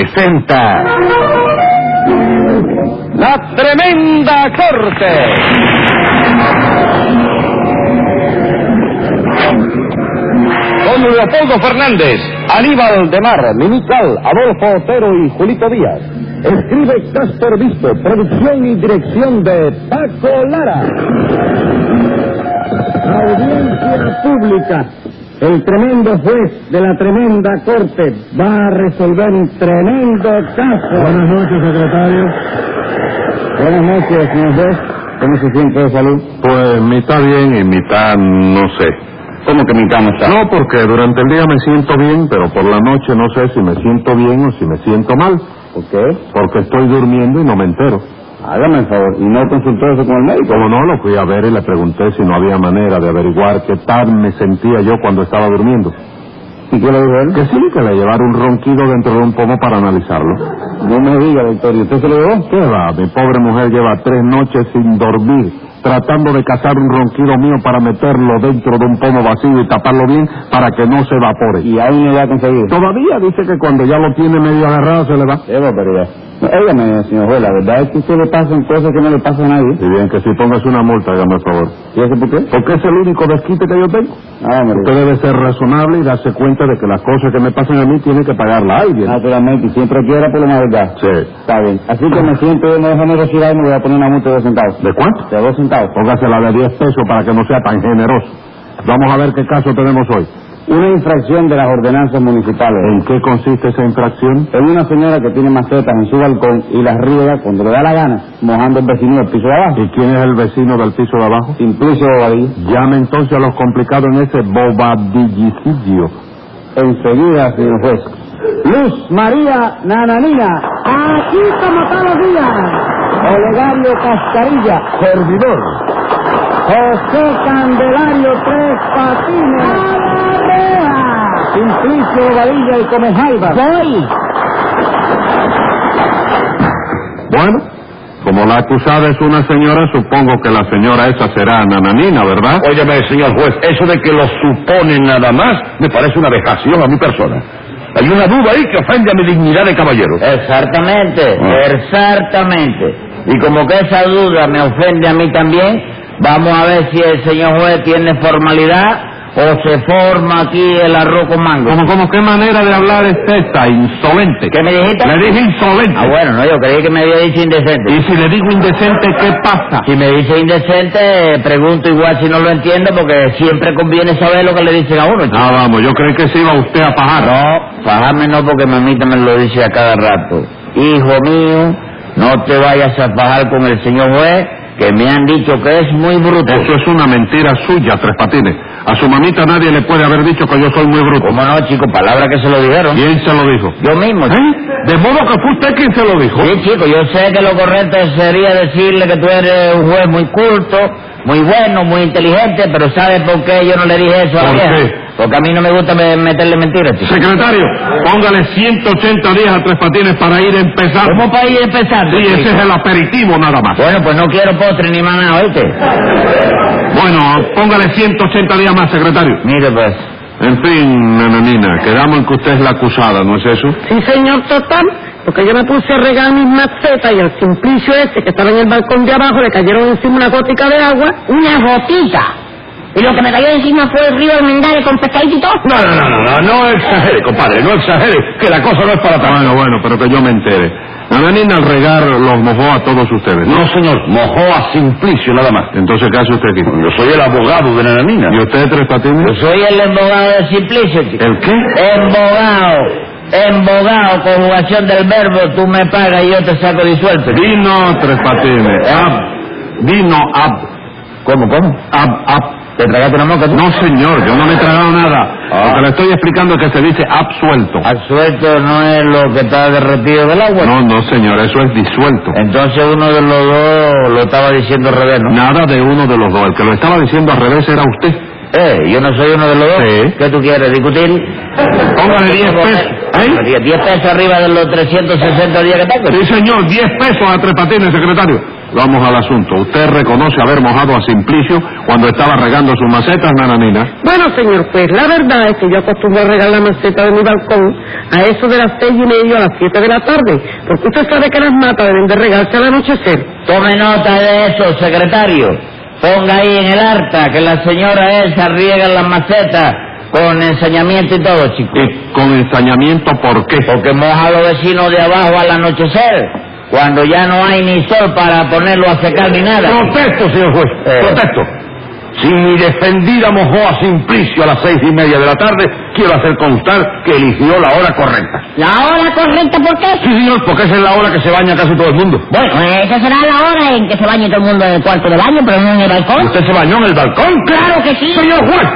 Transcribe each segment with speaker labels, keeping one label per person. Speaker 1: presenta La Tremenda Corte. Con Leopoldo Fernández, Aníbal de Mar, Minical, Adolfo Otero y Julito Díaz. Escribe Castor Visto, producción y dirección de Paco Lara. Audiencia pública. El tremendo juez de la tremenda corte va a resolver un tremendo caso. Buenas noches, secretario. Buenas noches, señor juez. ¿Cómo se siente de salud?
Speaker 2: Pues mitad bien y mitad no sé.
Speaker 1: ¿Cómo que mi cama está?
Speaker 2: No, porque durante el día me siento bien, pero por la noche no sé si me siento bien o si me siento mal.
Speaker 1: ¿Por qué?
Speaker 2: Porque estoy durmiendo y no me entero.
Speaker 1: Hágame el favor. ¿Y no consultó eso con el médico?
Speaker 2: Como no, lo fui a ver y le pregunté si no había manera de averiguar qué tal me sentía yo cuando estaba durmiendo.
Speaker 1: ¿Y qué le dijo él?
Speaker 2: Que sí, que le llevara un ronquido dentro de un pomo para analizarlo.
Speaker 1: No me diga, doctor. ¿Y usted se lo llevó?
Speaker 2: ¿Qué va? Mi pobre mujer lleva tres noches sin dormir, tratando de cazar un ronquido mío para meterlo dentro de un pomo vacío y taparlo bien para que no se evapore.
Speaker 1: Y aún no lo ha conseguido.
Speaker 2: Todavía dice que cuando ya lo tiene medio agarrado se le va.
Speaker 1: Qué barbaridad. No, óigame, señor juez, la verdad es que a usted le pasan cosas que no le pasa a nadie.
Speaker 2: Y bien, que si pongas una multa, hágame el favor.
Speaker 1: ¿Y eso por qué?
Speaker 2: Porque es el único desquite que yo tengo.
Speaker 1: Ah, me
Speaker 2: Usted debe ser razonable y darse cuenta de que las cosas que me pasan a mí tiene que pagarla alguien.
Speaker 1: Naturalmente, y siempre quiera por la verdad.
Speaker 2: Sí.
Speaker 1: Está bien. Así que me siento yo, me dejo no retirar y me voy a poner una multa de dos centavos.
Speaker 2: ¿De cuánto?
Speaker 1: De dos centavos.
Speaker 2: Póngasela de 10 pesos para que no sea tan generoso. Vamos a ver qué caso tenemos hoy.
Speaker 1: Una infracción de las ordenanzas municipales.
Speaker 2: ¿En qué consiste esa infracción?
Speaker 1: Es una señora que tiene macetas en su balcón y las riega cuando le da la gana, mojando el vecino del piso de abajo.
Speaker 2: ¿Y quién es el vecino del piso de abajo?
Speaker 1: Incluso ahí,
Speaker 2: Llame entonces a los complicados en ese bobadillicidio.
Speaker 1: enseguida, señor juez. Luz María Nananina. Aquí como todos los días. Olegario Cascarilla.
Speaker 2: Servidor.
Speaker 1: José Candelario Tres Patines. Simplicio Varilla y Comejalba. ¡Voy!
Speaker 2: Bueno, como la acusada es una señora, supongo que la señora esa será Nananina, ¿verdad?
Speaker 3: Óyeme, señor juez, eso de que lo supone nada más me parece una vejación a mi persona. Hay una duda ahí que ofende a mi dignidad de caballero.
Speaker 2: Eh,
Speaker 4: Exactamente,
Speaker 1: Ah.
Speaker 4: exactamente. Y como que esa duda me ofende a mí también, vamos a ver si el señor juez tiene formalidad o se forma aquí el arroz con mango.
Speaker 2: Como, como, ¿qué manera de hablar es esta? Insolente.
Speaker 4: ¿Qué me dijiste?
Speaker 2: Le dije insolente.
Speaker 4: Ah, bueno, no, yo creí que me había dicho indecente.
Speaker 2: Y si le digo indecente, ¿qué pasa?
Speaker 4: Si me dice indecente, eh, pregunto igual si no lo entiendo, porque siempre conviene saber lo que le dicen a uno. chico.
Speaker 2: Ah, vamos, yo creí que se iba usted a pagar.
Speaker 4: No, fajarme no, porque mamita me lo dice a cada rato. Hijo mío, no te vayas a fajar con el señor juez, que me han dicho que es muy bruto.
Speaker 2: Eso es una mentira suya, Tres Patines. A su mamita nadie le puede haber dicho que yo soy muy bruto.
Speaker 4: ¿Cómo no, chico? Palabra que se lo dijeron.
Speaker 2: ¿Quién se lo dijo?
Speaker 4: Yo mismo. chico.
Speaker 2: ¿Eh? ¿De modo que fue usted quien se lo dijo?
Speaker 4: Sí, chico, yo sé que lo correcto sería decirle que tú eres un juez muy culto, muy bueno, muy inteligente, pero ¿sabes por qué yo no le dije eso a la
Speaker 2: ¿Por
Speaker 4: vieja?
Speaker 2: qué?
Speaker 4: Porque a mí no me gusta me- meterle mentiras, chico.
Speaker 2: Secretario, póngale 180 días a Tres Patines para ir empezando.
Speaker 4: ¿Cómo para ir empezando?
Speaker 2: Sí, ese
Speaker 4: chico?
Speaker 2: es el aperitivo nada más.
Speaker 4: Bueno, pues no quiero postre ni maná, ¿oíste?
Speaker 2: Bueno, póngale 180 días más, secretario.
Speaker 4: Mire, pues.
Speaker 2: En fin, nananina, quedamos en que usted es la acusada, ¿no es eso?
Speaker 5: Sí, señor, total. Porque yo me puse a regar mis macetas y al simplicio ese que estaba en el balcón de abajo le cayeron encima una gótica de agua.
Speaker 6: una gotita. Y lo que me cayó encima fue el río de Mendales con pescadito y todo.
Speaker 3: No, no, no, no, no, no exagere, compadre, no exagere, que la cosa no es para tanto.
Speaker 2: Bueno, bueno, pero que yo me entere. Nananina al regar los mojó a todos ustedes, ¿no?
Speaker 3: No, señor, mojó a Simplicio nada más.
Speaker 2: Entonces, ¿qué hace usted aquí?
Speaker 3: Yo soy el abogado de Nananina.
Speaker 2: ¿Y usted, Tres
Speaker 4: Yo
Speaker 2: Patines?
Speaker 4: soy el embogado de Simplicio, chico.
Speaker 2: ¿El qué?
Speaker 4: Embogado. Embogado, conjugación del verbo, tú me pagas y yo te saco disuelto. chico.
Speaker 2: Vino, Tres Patines. Ab. Vino, ab.
Speaker 4: ¿Cómo, cómo?
Speaker 2: Ab, ab.
Speaker 4: ¿Te tragaste una moca tú? Ah.
Speaker 2: No, señor, yo no me he tragado nada. Lo que le estoy explicando es que se dice absuelto.
Speaker 4: Absuelto no es lo que está derretido del agua.
Speaker 2: No, no, señor, eso es disuelto.
Speaker 4: Entonces uno de los dos lo estaba diciendo al revés, Eh, ¿no?
Speaker 2: Nada de uno de los dos. El que lo estaba diciendo al revés era usted.
Speaker 4: Eh, yo no soy uno de los dos.
Speaker 2: Sí.
Speaker 4: ¿Qué tú quieres, discutir?
Speaker 2: Póngale 10 pesos. ¿Eh?
Speaker 4: 10 pesos arriba de los 360 días que tengo.
Speaker 2: Sí, señor, 10 pesos a Tres Patines, secretario. Vamos al asunto. ¿Usted reconoce haber mojado a Simplicio cuando estaba regando sus macetas, nananina?
Speaker 7: Bueno, señor juez, la verdad es que yo acostumbro a regar la maceta de mi balcón a eso de las seis y media a las siete de la tarde, porque usted sabe que las matas deben de regarse al anochecer.
Speaker 8: Tome nota de eso, secretario. Ponga ahí en el harta que la señora esa riega las macetas con ensañamiento y todo, chico.
Speaker 2: ¿Y con ensañamiento por qué?
Speaker 8: Porque moja a los vecinos de abajo al anochecer, cuando ya no hay ni sol para ponerlo a secar ni nada.
Speaker 3: Protesto, señor juez,
Speaker 8: Eh.
Speaker 3: protesto. Si mi defendida mojó a Simplicio a las seis y media de la tarde, quiero hacer constar que eligió la hora correcta.
Speaker 4: La hora correcta, ¿por qué?
Speaker 3: Sí, señor, porque esa es la hora que se baña casi todo el mundo.
Speaker 4: Bueno, esa será la hora en que se bañe todo el mundo en el cuarto de baño, pero no en el balcón.
Speaker 3: ¿Usted se bañó en el balcón?
Speaker 4: Claro que sí.
Speaker 3: Señor juez,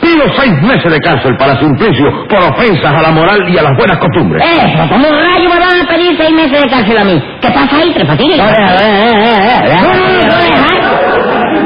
Speaker 3: pido seis meses de cárcel para Simplicio por ofensas a la moral y a las buenas
Speaker 8: Eh,
Speaker 3: costumbres.
Speaker 4: Eso, como un rayo me van a pedir seis meses de cárcel a mí. ¿Qué pasa ahí, Tres Patines?
Speaker 8: No, deja, deja, deja, deja.
Speaker 4: No, no, no, no, deja.
Speaker 8: eh,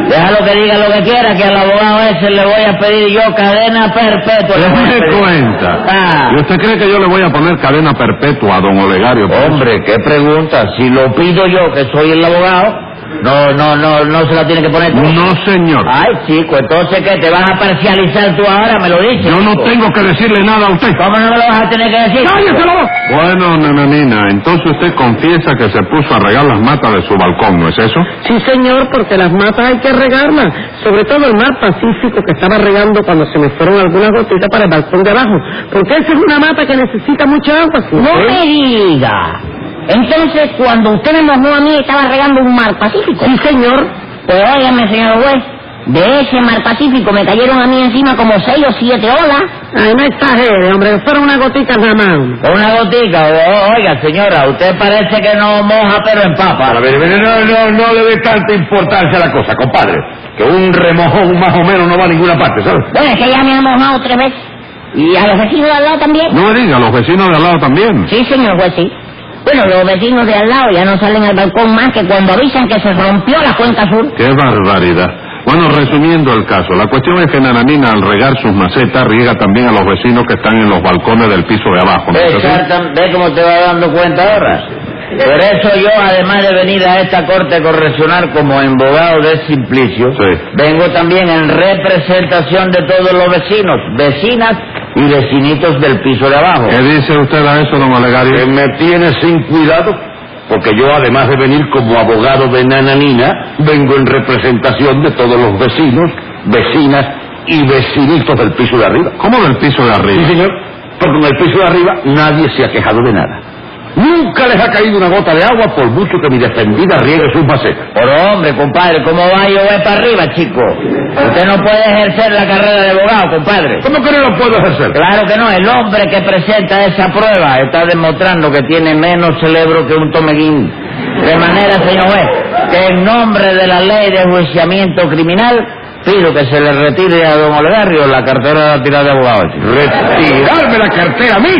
Speaker 8: Déjalo que diga lo que quiera, que al abogado ese le voy a pedir yo cadena perpetua.
Speaker 2: ¿Se da cuenta?
Speaker 8: Ah.
Speaker 2: ¿Y usted cree que yo le voy a poner cadena perpetua a don Olegario? por eso?
Speaker 8: Hombre, qué pregunta. Si lo pido yo, que soy el abogado, no, no, no, no se la tiene que poner tú.
Speaker 2: No, señor.
Speaker 8: Ay, chico, entonces que te vas a parcializar tú ahora, me lo dices.
Speaker 2: Yo no
Speaker 8: chico?
Speaker 2: tengo que decirle nada a usted.
Speaker 8: ¿Cómo no me lo vas a tener que decir?
Speaker 7: ¡Cállese la boca!
Speaker 2: Bueno, nananina, entonces usted confiesa que se puso a regar las matas de su balcón, ¿no es eso?
Speaker 7: Sí, señor, porque las matas hay que regarlas, sobre todo el mar Pacífico que estaba regando cuando se me fueron algunas gotitas para el balcón de abajo, porque esa es una mata que necesita mucha agua. ¿sí?
Speaker 4: No
Speaker 8: ¿Eh?
Speaker 4: me diga. Entonces, cuando usted me mojó a mí, estaba regando un mar Pacífico.
Speaker 7: Sí, señor.
Speaker 4: Pues óigame, señor juez, de ese mar Pacífico me cayeron a mí encima como seis o siete olas.
Speaker 7: Ay, no exagere, hombre, fueron unas gotitas nada más.
Speaker 8: Una gotica. O- o- oiga, señora, usted parece que no moja, pero
Speaker 3: A
Speaker 8: empapa.
Speaker 3: ver, a ver, no, no, no le dé tanta importancia a la cosa, compadre. Que un remojón más o menos no va a ninguna parte, ¿sabes?
Speaker 4: Bueno, es que ya me han mojado tres veces. ¿Y a los vecinos de al lado también?
Speaker 2: No me diga, los vecinos de al lado también.
Speaker 4: Sí, señor juez, sí. Bueno, los vecinos de al lado ya no salen al balcón más que cuando avisan que se rompió la cuenca sur.
Speaker 2: Qué barbaridad. Bueno, resumiendo el caso, la cuestión es que Nananina al regar sus macetas riega también a los vecinos que están en los balcones del piso de abajo. ¿no es
Speaker 8: Ve,
Speaker 2: así?
Speaker 8: Charlton, ve cómo te vas dando cuenta ahora. Por eso yo, además de venir a esta corte correccional como abogado de Simplicio,
Speaker 2: Sí.
Speaker 8: vengo también en representación de todos los vecinos, vecinas y vecinitos del piso de abajo.
Speaker 2: ¿Qué dice usted a eso, don
Speaker 3: Que
Speaker 2: Olegario?
Speaker 3: me tiene sin cuidado, porque yo además de venir como abogado de Nananina, vengo en representación de todos los vecinos, vecinas y vecinitos del piso de arriba.
Speaker 2: ¿Cómo del piso de
Speaker 3: Sí,
Speaker 2: arriba?
Speaker 3: señor, porque en el piso de arriba nadie se ha quejado de nada. Nunca les ha caído una gota de agua por mucho que mi defendida riegue sus macetas.
Speaker 8: Pero hombre, compadre, ¿cómo va a llover para arriba, chico? Usted no puede ejercer la carrera de abogado, compadre.
Speaker 3: ¿Cómo que no lo puedo hacer?
Speaker 8: Claro que no, el hombre que presenta esa prueba está demostrando que tiene menos cerebro que un tomeguín. De manera, señor juez, que en nombre de la ley de juiciamiento criminal, pido que se le retire a don Olegario la cartera de la tirada de abogado. chico.
Speaker 3: retirarme la cartera a mí.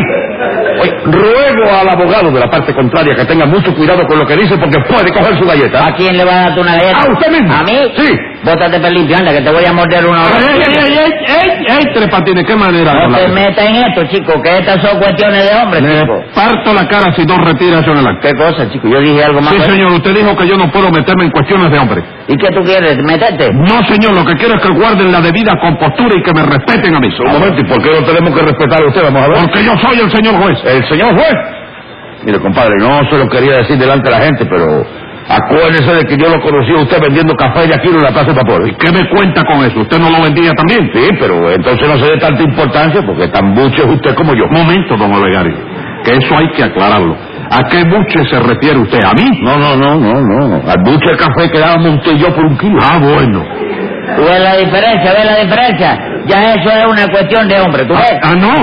Speaker 3: Oye, ruego al abogado de la parte contraria que tenga mucho cuidado con lo que dice porque puede coger su galleta.
Speaker 2: Ah,
Speaker 8: ¿A quién le va a dar tú una galleta?
Speaker 3: ¿A usted mismo?
Speaker 8: ¿A mí?
Speaker 3: Sí.
Speaker 8: Bótate para limpio, anda, que te voy a morder una hora.
Speaker 2: ah, ¡Ey, ey, ey, ey, ey, ey, Tres Patines, qué manera de
Speaker 8: No te
Speaker 2: hablar!
Speaker 8: metas en esto, chico, que estas son cuestiones de hombres, chico.
Speaker 2: Le parto la cara si no retira eso en el acta.
Speaker 8: ¿Qué cosa, chico? Yo dije algo más.
Speaker 2: Sí,
Speaker 8: ¿eh?
Speaker 2: señor, usted dijo que yo no puedo meterme en cuestiones de hombre.
Speaker 8: ¿Y qué tú quieres? ¿Meterte?
Speaker 2: No, señor, lo que quiero es que guarden la debida compostura y que me respeten a mí.
Speaker 3: Un momento, ¿y por qué no tenemos que respetar a usted? Vamos a ver.
Speaker 2: Porque yo soy el señor juez.
Speaker 3: El señor juez. Mire, compadre, no se lo quería decir delante de la gente, pero acuérdese de que yo lo conocí a usted vendiendo café de aquí en la Plaza de Vapor.
Speaker 2: ¿Qué me cuenta con eso? ¿Usted no lo vendía también?
Speaker 3: Sí, pero entonces no se dé tanta importancia porque tan mucho es usted como yo.
Speaker 2: Momento, don Olegario, que eso hay que aclararlo. ¿A qué buche se refiere usted? ¿A mí?
Speaker 3: No, no, no, no, no. Al buche de café que daba Montillo por un kilo.
Speaker 2: Ah, bueno.
Speaker 8: Tú ves la diferencia, ves la diferencia. Ya eso es una cuestión de hombre, ¿tú ves?
Speaker 2: Ah, no.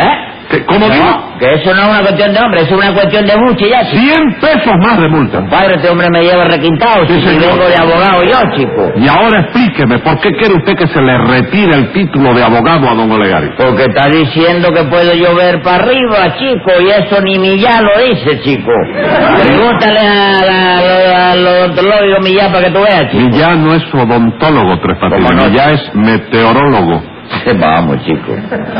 Speaker 8: ¿Eh?
Speaker 2: ¿Qué- ¿Cómo digo?
Speaker 8: No, que eso no es una cuestión de hombre, es una cuestión de buche ya, chico.
Speaker 2: 100 pesos más de multa.
Speaker 8: Padre, este hombre me lleva requintado,
Speaker 2: Sí,
Speaker 8: chico, y
Speaker 2: señor.
Speaker 8: vengo de abogado yo, chico.
Speaker 2: Y ahora explíqueme, ¿por qué quiere usted que se le retire el título de abogado a don Olegario?
Speaker 8: Porque está diciendo que puede llover para arriba, chico, y eso ni Millá lo dice, chico. Pregúntale a la, a al odontólogo Millá para que tú veas, chico.
Speaker 2: Y ya no es odontólogo, Tres Patines,
Speaker 8: ¿Cómo no?
Speaker 2: ya es meteorólogo.
Speaker 8: Vamos, chico.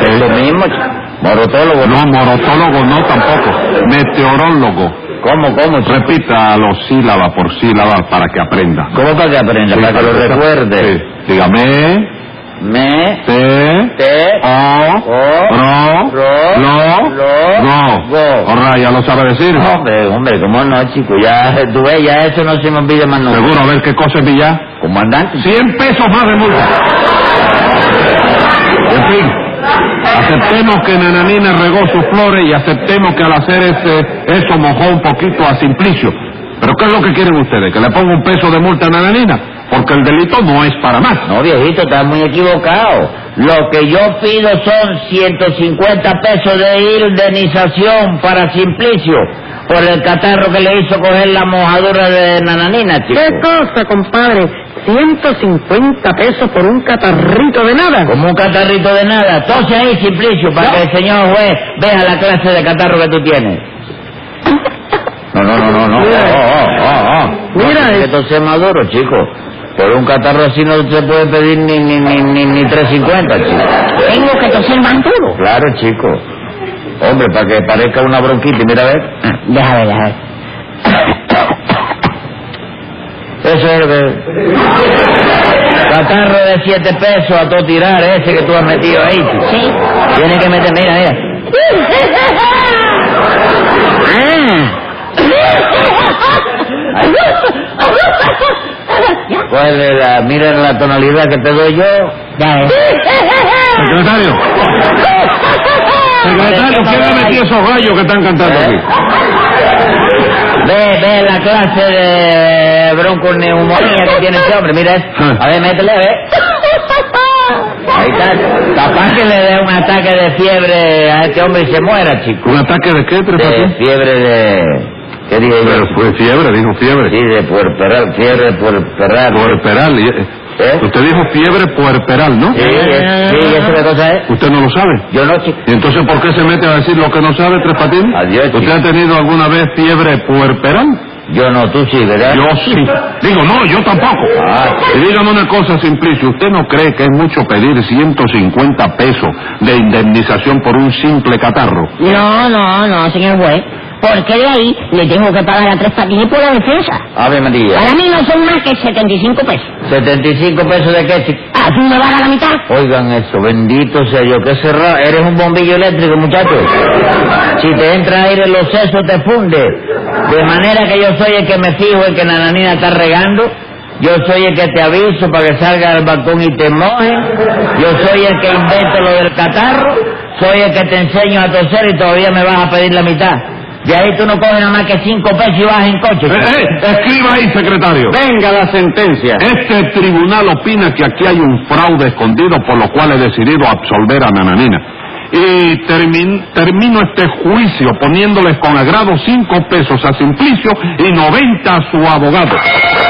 Speaker 8: Es lo mismo, chico. Morotólogo.
Speaker 2: No, morotólogo no tampoco. Meteorólogo.
Speaker 8: ¿Cómo, cómo?
Speaker 2: Repítalo sílaba por sílaba para que aprenda.
Speaker 8: ¿Cómo para que aprenda?
Speaker 2: Sí,
Speaker 8: para que lo recuerde.
Speaker 2: Sí. Dígame.
Speaker 8: Me,
Speaker 2: Te.
Speaker 8: te,
Speaker 2: O.
Speaker 8: o,
Speaker 2: Ro.
Speaker 8: ro,
Speaker 2: Lo.
Speaker 8: lo,
Speaker 2: Go.
Speaker 8: go.
Speaker 2: Ahora ya lo sabe decir.
Speaker 8: No, hombre, hombre, ¿cómo no, chico? Ya, tú ves, ya eso no se me olvida más nunca.
Speaker 2: Seguro, a ver qué cosa es Villar.
Speaker 8: Comandante.
Speaker 2: 100 pesos más de multa. En fin, aceptemos que Nananina regó sus flores y aceptemos que al hacer ese, eso mojó un poquito a Simplicio. Pero ¿qué es lo que quieren ustedes? ¿Que le ponga un peso de multa a Nananina? Porque el delito no es para más.
Speaker 8: No, viejito, estás muy equivocado. Lo que yo pido son 150 pesos de indemnización para Simplicio por el catarro que le hizo coger la mojadura de Nananina, chico.
Speaker 7: ¿Qué cosa, compadre? 150 pesos por un catarrito de nada.
Speaker 8: Como un catarrito de nada. Entonces ahí, Simplicio, para que el señor juez vea la clase de catarro que tú tienes. No, no, no, no, Oh, no.
Speaker 7: Mira. Mira,
Speaker 8: Mira,
Speaker 7: eh.
Speaker 8: entonces maduro, chico. Por un catarro así no se puede pedir ni ni ni ni, ni 350, chico.
Speaker 4: Tengo que toser más duro.
Speaker 8: Claro, chico. Hombre, para que parezca una bronquitis, mira a ver.
Speaker 4: Deja ver, deja ver.
Speaker 8: Eso es lo que... Catarro de siete pesos a todo tirar ese que tú has metido ahí, chico.
Speaker 4: Sí.
Speaker 8: Tienes que meter, mira, mira.
Speaker 4: Ah.
Speaker 8: ¿Cuál es Pues, eh, la... Mira la tonalidad que te doy yo.
Speaker 4: Ya ves.
Speaker 2: Secretario. Secretario, ¿quién ha metido esos gallos que están cantando aquí?
Speaker 8: ¿Eh? Ve, ve la clase de bronconeumonía que tiene este hombre, mira eso. A ver, métele, a ver. Ahí está. Capaz que le dé un ataque de fiebre a este hombre y se muera, chico.
Speaker 2: ¿Un ataque de qué, Tres
Speaker 8: De
Speaker 2: Patines?
Speaker 8: fiebre de... ¿Qué dije
Speaker 2: Pero pues,
Speaker 8: yo?
Speaker 2: fue fiebre, dijo fiebre.
Speaker 8: Sí, de puerperal, fiebre puerperal.
Speaker 2: Puerperal. y-
Speaker 8: ¿Eh?
Speaker 2: Usted dijo fiebre puerperal, ¿no?
Speaker 8: Sí, es- sí, ¿y eso qué cosa es?
Speaker 2: Usted no lo sabe.
Speaker 8: Yo no, chico.
Speaker 2: ¿Y entonces por qué se mete a decir lo que no sabe, Tres Patines?
Speaker 8: Adiós, chico.
Speaker 2: ¿Usted ha tenido alguna vez fiebre puerperal?
Speaker 8: Yo no, tú sí, ¿verdad?
Speaker 2: Yo sí. Digo, no, yo tampoco.
Speaker 8: Ah.
Speaker 2: Y dígame una cosa, Simplicio, ¿usted no cree que es mucho pedir 150 pesos de indemnización por un simple catarro?
Speaker 4: No, no, no, señor juez. Porque de ahí le tengo que pagar a tres patines por la defensa.
Speaker 8: Ave María.
Speaker 4: Para mí no son más que 75 pesos.
Speaker 8: ¿75 pesos de qué, chico?
Speaker 4: Ah, tú me vas a dar la mitad.
Speaker 8: Oigan eso, bendito sea yo, que cerrado. Eres un bombillo eléctrico, muchacho. Si te entra aire en los sesos, te funde. De manera que yo soy el que me fijo, el que Nananina está regando. Yo soy el que te aviso para que salga al balcón y te moje. Yo soy el que invento lo del catarro. Soy el que te enseño a toser y todavía me vas a pedir la mitad. De ahí tú no coges nada más que cinco pesos y vas en coche.
Speaker 2: Eh, eh, escriba ahí, secretario.
Speaker 8: Venga la sentencia.
Speaker 2: Este tribunal opina que aquí hay un fraude escondido por lo cual he decidido absolver a Nananina. Y termin- termino este juicio poniéndoles con agrado cinco pesos a Simplicio y 90 a su abogado.